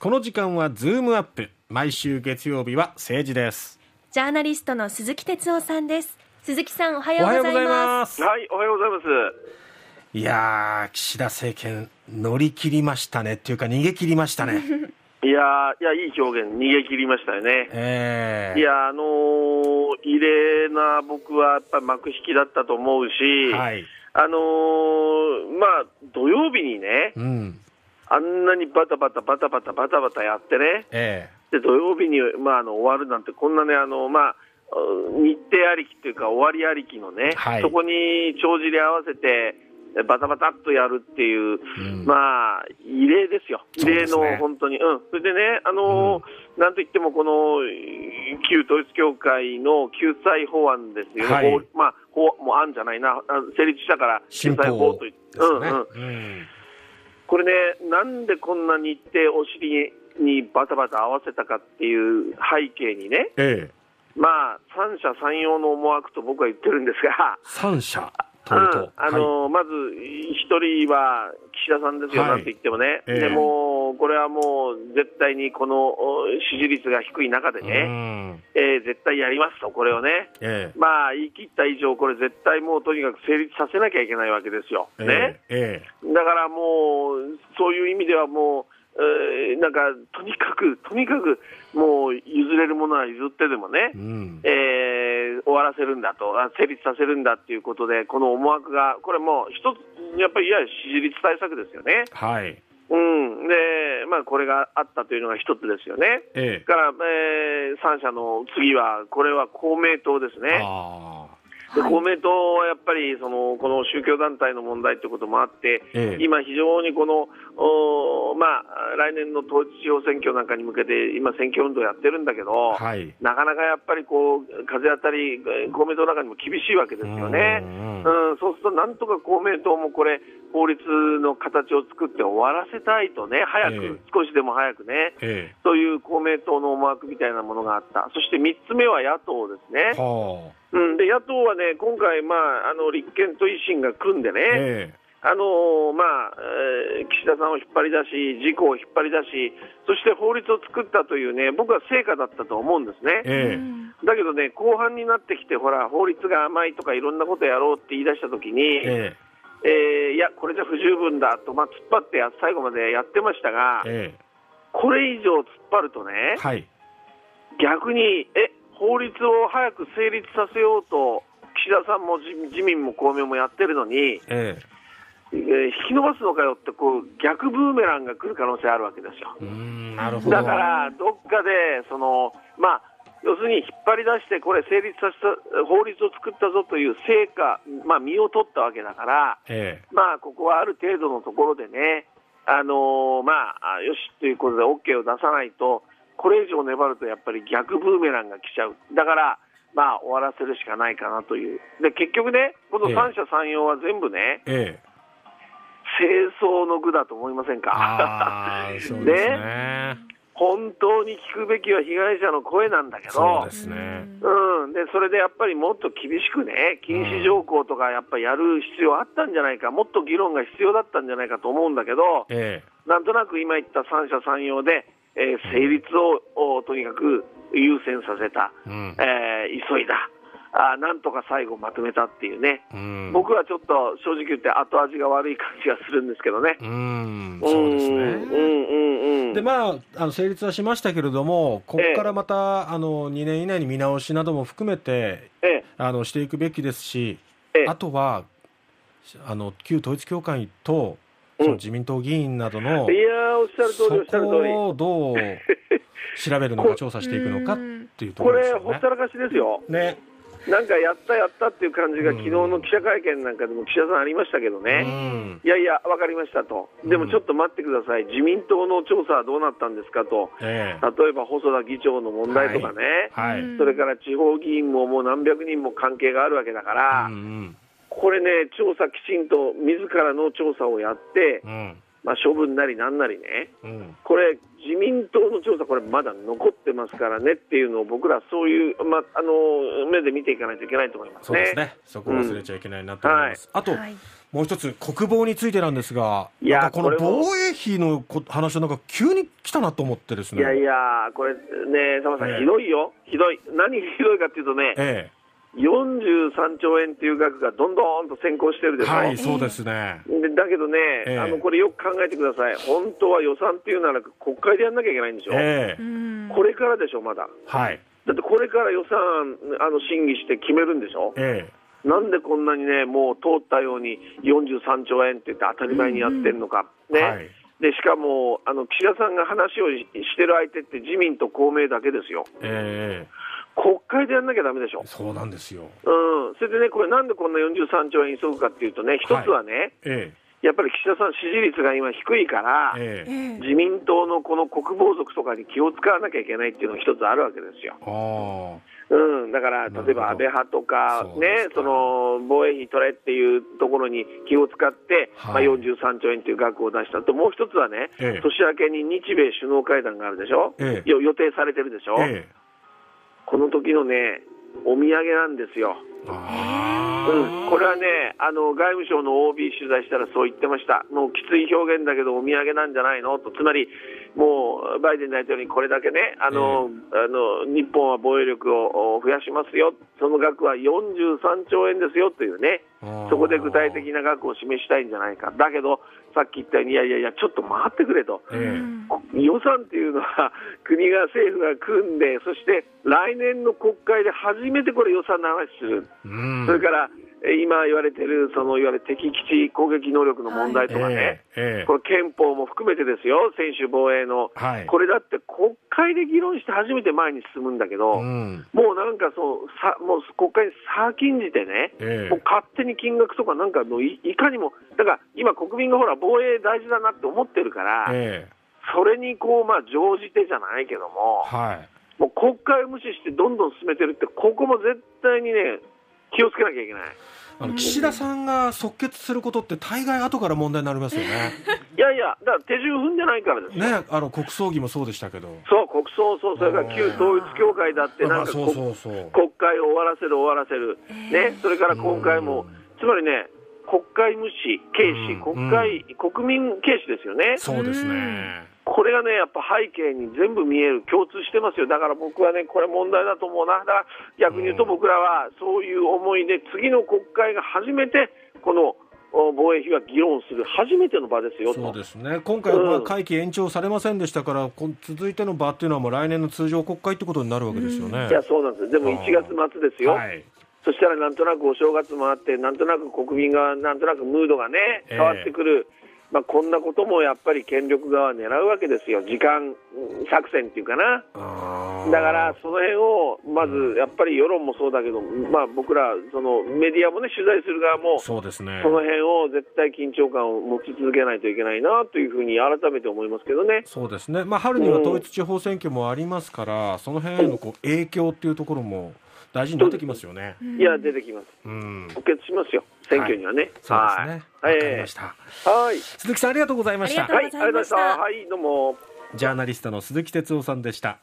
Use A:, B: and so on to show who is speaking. A: この時間はズームアップ毎週月曜日は政治です
B: ジャーナリストの鈴木哲夫さんです。鈴木さん、おはようございます。
A: す
C: はい、おはようございます。
A: いやー岸田政権乗り切りましたねっていうか逃げ切りました ね
C: いやー、いや、いい表現、逃げ切りましたよね。
A: えー、
C: いやー、あのー、異例な僕はやっぱり幕引きだったと思うし、
A: はい
C: あのー、まあ、土曜日にね、
A: うん
C: あんなにバタバタバタバタバタバタやってね、
A: え
C: で土曜日に、まあ、あの終わるなんて、こんなね、あのまあ、うん日程ありきというか、終わりありきのね、
A: はい
C: そこに帳尻合わせて、えバタバタっとやるっていう、
A: うん
C: まあ、異例ですよ、異
A: そうで
C: 例
A: すね
C: の本当に、うん、それでね、あのーなんといってもこの旧統一教会の救済法案ですよね、
A: はい
C: 法まあ、法もう案じゃないな、あ成立したから、救
A: 新
C: 済法
A: 法
C: とい
A: で
C: って。
A: すね
C: うんうん
A: うん
C: これね、なんでこんな日程、お尻にバタバタ合わせたかっていう背景にね、
A: ええ
C: まあ、三者三様の思惑と僕は言ってるんですが、
A: 三者と
C: う
A: ると、
C: んあ
A: はい
C: のまず一人は岸田さんですよ、
A: はい
C: なんて言ってもね、
A: ええ
C: でもこれはもう絶対にこのお支持率が低い中で
A: う
C: ね、
A: ん
C: えー絶対やりますと、これをね、
A: ええ
C: まあ、言い切った以上、これ、絶対もうとにかく成立させなきゃいけないわけですよ。ね
A: えええ
C: だからもう、そういう意味ではもう、えーなんか、とにかく、とにかく、もう譲れるものは譲ってでもね
A: え、うん
C: えー終わらせるんだと、あ成立させるんだっていうことで、この思惑が、これもう一つ、やっぱりいわゆる支持率対策ですよね。
A: はい
C: うん。で、まあ、これがあったというのが一つですよね。
A: ええ
C: だから、えー、3社の次は、これは公明党ですね。
A: ああ
C: で公明党はやっぱりそのこの宗教団体の問題ということもあって、
A: ええ
C: 今、非常にこの、おーまあ、来年の統一地方選挙なんかに向けて、今、選挙運動やってるんだけど、
A: はい
C: なかなかやっぱりこう風当たり、えー公明党なんかにも厳しいわけですよね。
A: うん
C: うん、そうすると、なんとか公明党もこれ、法律の形を作って終わらせたいとね、早
A: ええ
C: く、少しでも早くね、
A: え
C: という公明党の思惑みたいなものがあった、そして3つ目は野党ですね
A: え。はあ
C: うん、で野党はね、今回、まあ、あの立憲と維新が組んでね、
A: え
C: あのまあえー岸田さんを引っ張り出し、自公を引っ張り出し、そして法律を作ったというね、僕は成果だったと思うんです
A: え
C: ね。
A: ええ
C: だけどね、後半になってきて、ほら、法律が甘いとかいろんなことやろうって言い出したときに、え
A: え
C: ーいや、これじゃ不十分だと、まあ、突っ張ってや最後までやってましたが
A: え、え
C: これ以上突っ張るとね
A: え、はい
C: 逆に、え、法律を早く成立させようと、岸田さんも自自民も公明もやってるのに、
A: ええ
C: えー引き伸ばすのかよってこう、逆ブーメランが来る可能性あるわけですよ。
A: うーんなるほど
C: だから、どっかで、その、まあ、要するに引っ張り出して、これ成立させた、法律を作ったぞという成果、まあ、身を取ったわけだから、
A: え
C: まあ、ここはある程度のところでね、あのーまあ、あよしということで OK を出さないと、これ以上粘るとやっぱり逆ブーメランが来ちゃう。だから、まあ、終わらせるしかないかなという。で、結局ね、この
A: ええ
C: 三者三様は全部ね、
A: えええ
C: 清掃の具だと思いませんか
A: ああそうですね
C: ね、 本当に聞くべきは被害者の声なんだけど、
A: そうですね
C: うん、でそれでやっぱりもっと厳しくね、禁止条項とかやっぱやる必要あったんじゃないか、もっと議論が必要だったんじゃないかと思うんだけど、
A: え
C: なんとなく今言った三者三様で、えー成立をおとにかく優先させた、
A: えうん
C: えー急いだあー、なんとか最後まとめたっていうね、
A: うん
C: 僕はちょっと正直言って、後味が悪い感じがするんですけどね。
A: うんそうです
C: うんう
A: ね
C: んうんうん
A: でまあ、あの成立はしましたけれども、ここからまた、あの2年以内に見直しなども含めて
C: ええ
A: あのしていくべきですし、
C: ええ
A: あとはあの旧統一教会とその自民党議員などの、
C: いやー、おっしゃる通
A: そ
C: り、おっしゃる通り。
A: こをどう調べるのか、調査していくのかっていうとこ
C: こ
A: ろです
C: れ、
A: よ
C: ほっ
A: ね
C: た。らかしですよ。
A: ね、
C: なんかやったやったっていう感じが、
A: うん
C: 昨日の記者会見なんかでも岸田さんありましたけど
A: う
C: ね、
A: ん、
C: いやいや、分かりましたと、でもちょっと待ってください、自民党の調査はどうなったんですかと、
A: ええ
C: 例えば細田議長の問題とかね、
A: はい、
B: うん
C: それから地方議員ももう何百人も関係があるわけだから、
A: うん
C: これね、調査きちんと自らの調査をやって、
A: うんうん
C: まあ、処分なりなんなりね、
A: うん、
C: これ、自民党の調査、これ、まだ残ってますからねっていうのを、僕ら、そういう、まあ、あの目で見ていかないといけないと思います
A: そうですね、そこを忘れちゃいけないなと思います。あと、
B: はい
A: もう一つ、国防についてなんですが、
C: いや
A: なんかこの
C: これも
A: 防衛費のこ話はなんか急に来たなと思ってです
C: い
A: ね。
C: やいや、これね、玉さ
A: ええ
C: ん、ひどいよ、ひどい、何がひどいかっていうとね、
A: え
C: 43兆円っていう額がどんどんと先行してる
A: え、
C: でしょ、
A: はい、そうですね。
C: でだけどね、
A: ええ
C: あのこれよく考えてください、本当は予算っていうなら国会でやんなきゃいけないんでしょ、
A: え
B: う
A: え、
B: ん
C: これからでしょ、まだ。
A: はい、
C: だってこれから予算あの審議して決めるんでしょ、
A: え
C: なんでこんなにね、もう通ったように43兆円って言って当たり前にやってるのか、
A: え、
C: ね
A: はい、
C: でしかもあの岸田さんが話をししてる相手って自民と公明だけですよ、
A: ええ、
C: 国会でやんなきゃだめでしょ、
A: そうなんですよ。
C: うん、それでね、これ、なんでこんな43兆円急ぐかっていうとね、一つはね、
A: え
C: やっぱり岸田さん、支持率が今低いから
A: え、、ええ、
B: ええ
C: 自民党のこの国防族とかに気を使わなきゃいけないっていうのが一つあるわけですよ。
A: あ
C: うん、だから、
A: なるほど
C: 例えば安倍派とか
A: そう、です
C: ね
A: か、
C: その防衛費取れっていうところに気を使って、
A: はい
C: まあ、43兆円という額を出したと、もう一つはね、
A: ええ
C: 年明けに日米首脳会談があるでしょ、
A: ええ
C: よ予定されてるでしょ、
A: あ、ええ、
C: この時のね、お土産なんですよ、
A: ああ、
C: うん、これはねあの、外務省の OB 取材したらそう言ってました、もうきつい表現だけど、お土産なんじゃないのと、つまり、もうバイデン大統領にこれだけね、あのあの日本は防衛力をお増やしますよ、その額は43兆円ですよというね、そこで具体的な額を示したいんじゃないか、だけど、さっき言ったように、いやいやいや、ちょっと待ってくれと。
A: ええ、
C: こ予算っていうのは国が政府が組んでそして来年の国会で初めてこれ予算の話する
A: うん、
C: それから、えー今言われてる、そのいわゆる敵基地攻撃能力の問題とかね、
A: ええ、ええ
C: これ憲法も含めてですよ、専守防衛の、
A: はい、
C: これだって国会で議論して初めて前に進むんだけど、
A: うん、
C: もうなんかそうさ、もう国会に先んじてね、
A: え
C: もう勝手に金額とかなんかもうい、いかにも、だから今、国民がほら、防衛大事だなって思ってるか
A: え、
C: ら、
A: ええ、
C: それにこう、まあ、乗じてじゃないけども、
A: はい。
C: もう国会を無視してどんどん進めてるって、ここも絶対にね、気をつけなきゃいけない。
A: あの岸田さんが即決することって大概後から問題になりますよ ね。
C: いやいや、だから手順踏んでないからですよ。
A: ね、あの国葬儀もそうでしたけど。
C: そう、国葬、そう、それから旧統一教会だって、
A: ま
C: なん
A: あ
C: か
A: そう
C: こ
A: そうそう。
C: 国会を終わらせる、終わらせる、ね、それから今回も
A: うん、
C: つまりね、国会無視、軽視、
A: うん
C: 国会、国民軽視ですよね、
A: そうですね。
C: これがね、やっぱ背景に全部見える、共通してますよ、だから僕はね、これ問題だと思うな、だから逆に言うと僕らはそういう思いで、次の国会が初めて、このお防衛費は議論する、初めての場ですよと。
A: そうですね。今回はまあ会期延長されませんでしたから、こん続いての場っていうのはもう来年の通常国会ってことになるわけですよね。
C: いやそうなんですでも1月末ですよ、
A: はい。
C: そしたらなんとなくお正月もあって、なんとなく国民が、なんとなくムードがね、
A: ええ
C: 変わってくる、まあ、こんなこともやっぱり権力側は狙うわけですよ、時間うん作戦っていうかな、
A: だ
C: だから、その辺をま
A: う
C: ずやっぱり世論もそうだけど、まあ、僕らそのメディアもね、取材する側も、そ
A: そうですね。
C: の辺を絶対緊張感を持ち続けないといけないなというふうに改めて思いますけどね。
A: そうですね。まあ春には統一地方選挙もありますから、その辺へのこう影響っていうところも大事になってきますよね。
C: いや、出てきます。
A: うん。
C: 補欠しますよ、選挙にはね。
A: そうですね。
C: は
A: わ
C: い。
A: かりま
C: え
A: した。
C: えはい。
A: 鈴木さんありがとうございました
B: ありがとうございました
C: はい、ありがとうございました。はい、どうも。
A: ジャーナリストの鈴木哲夫さんでした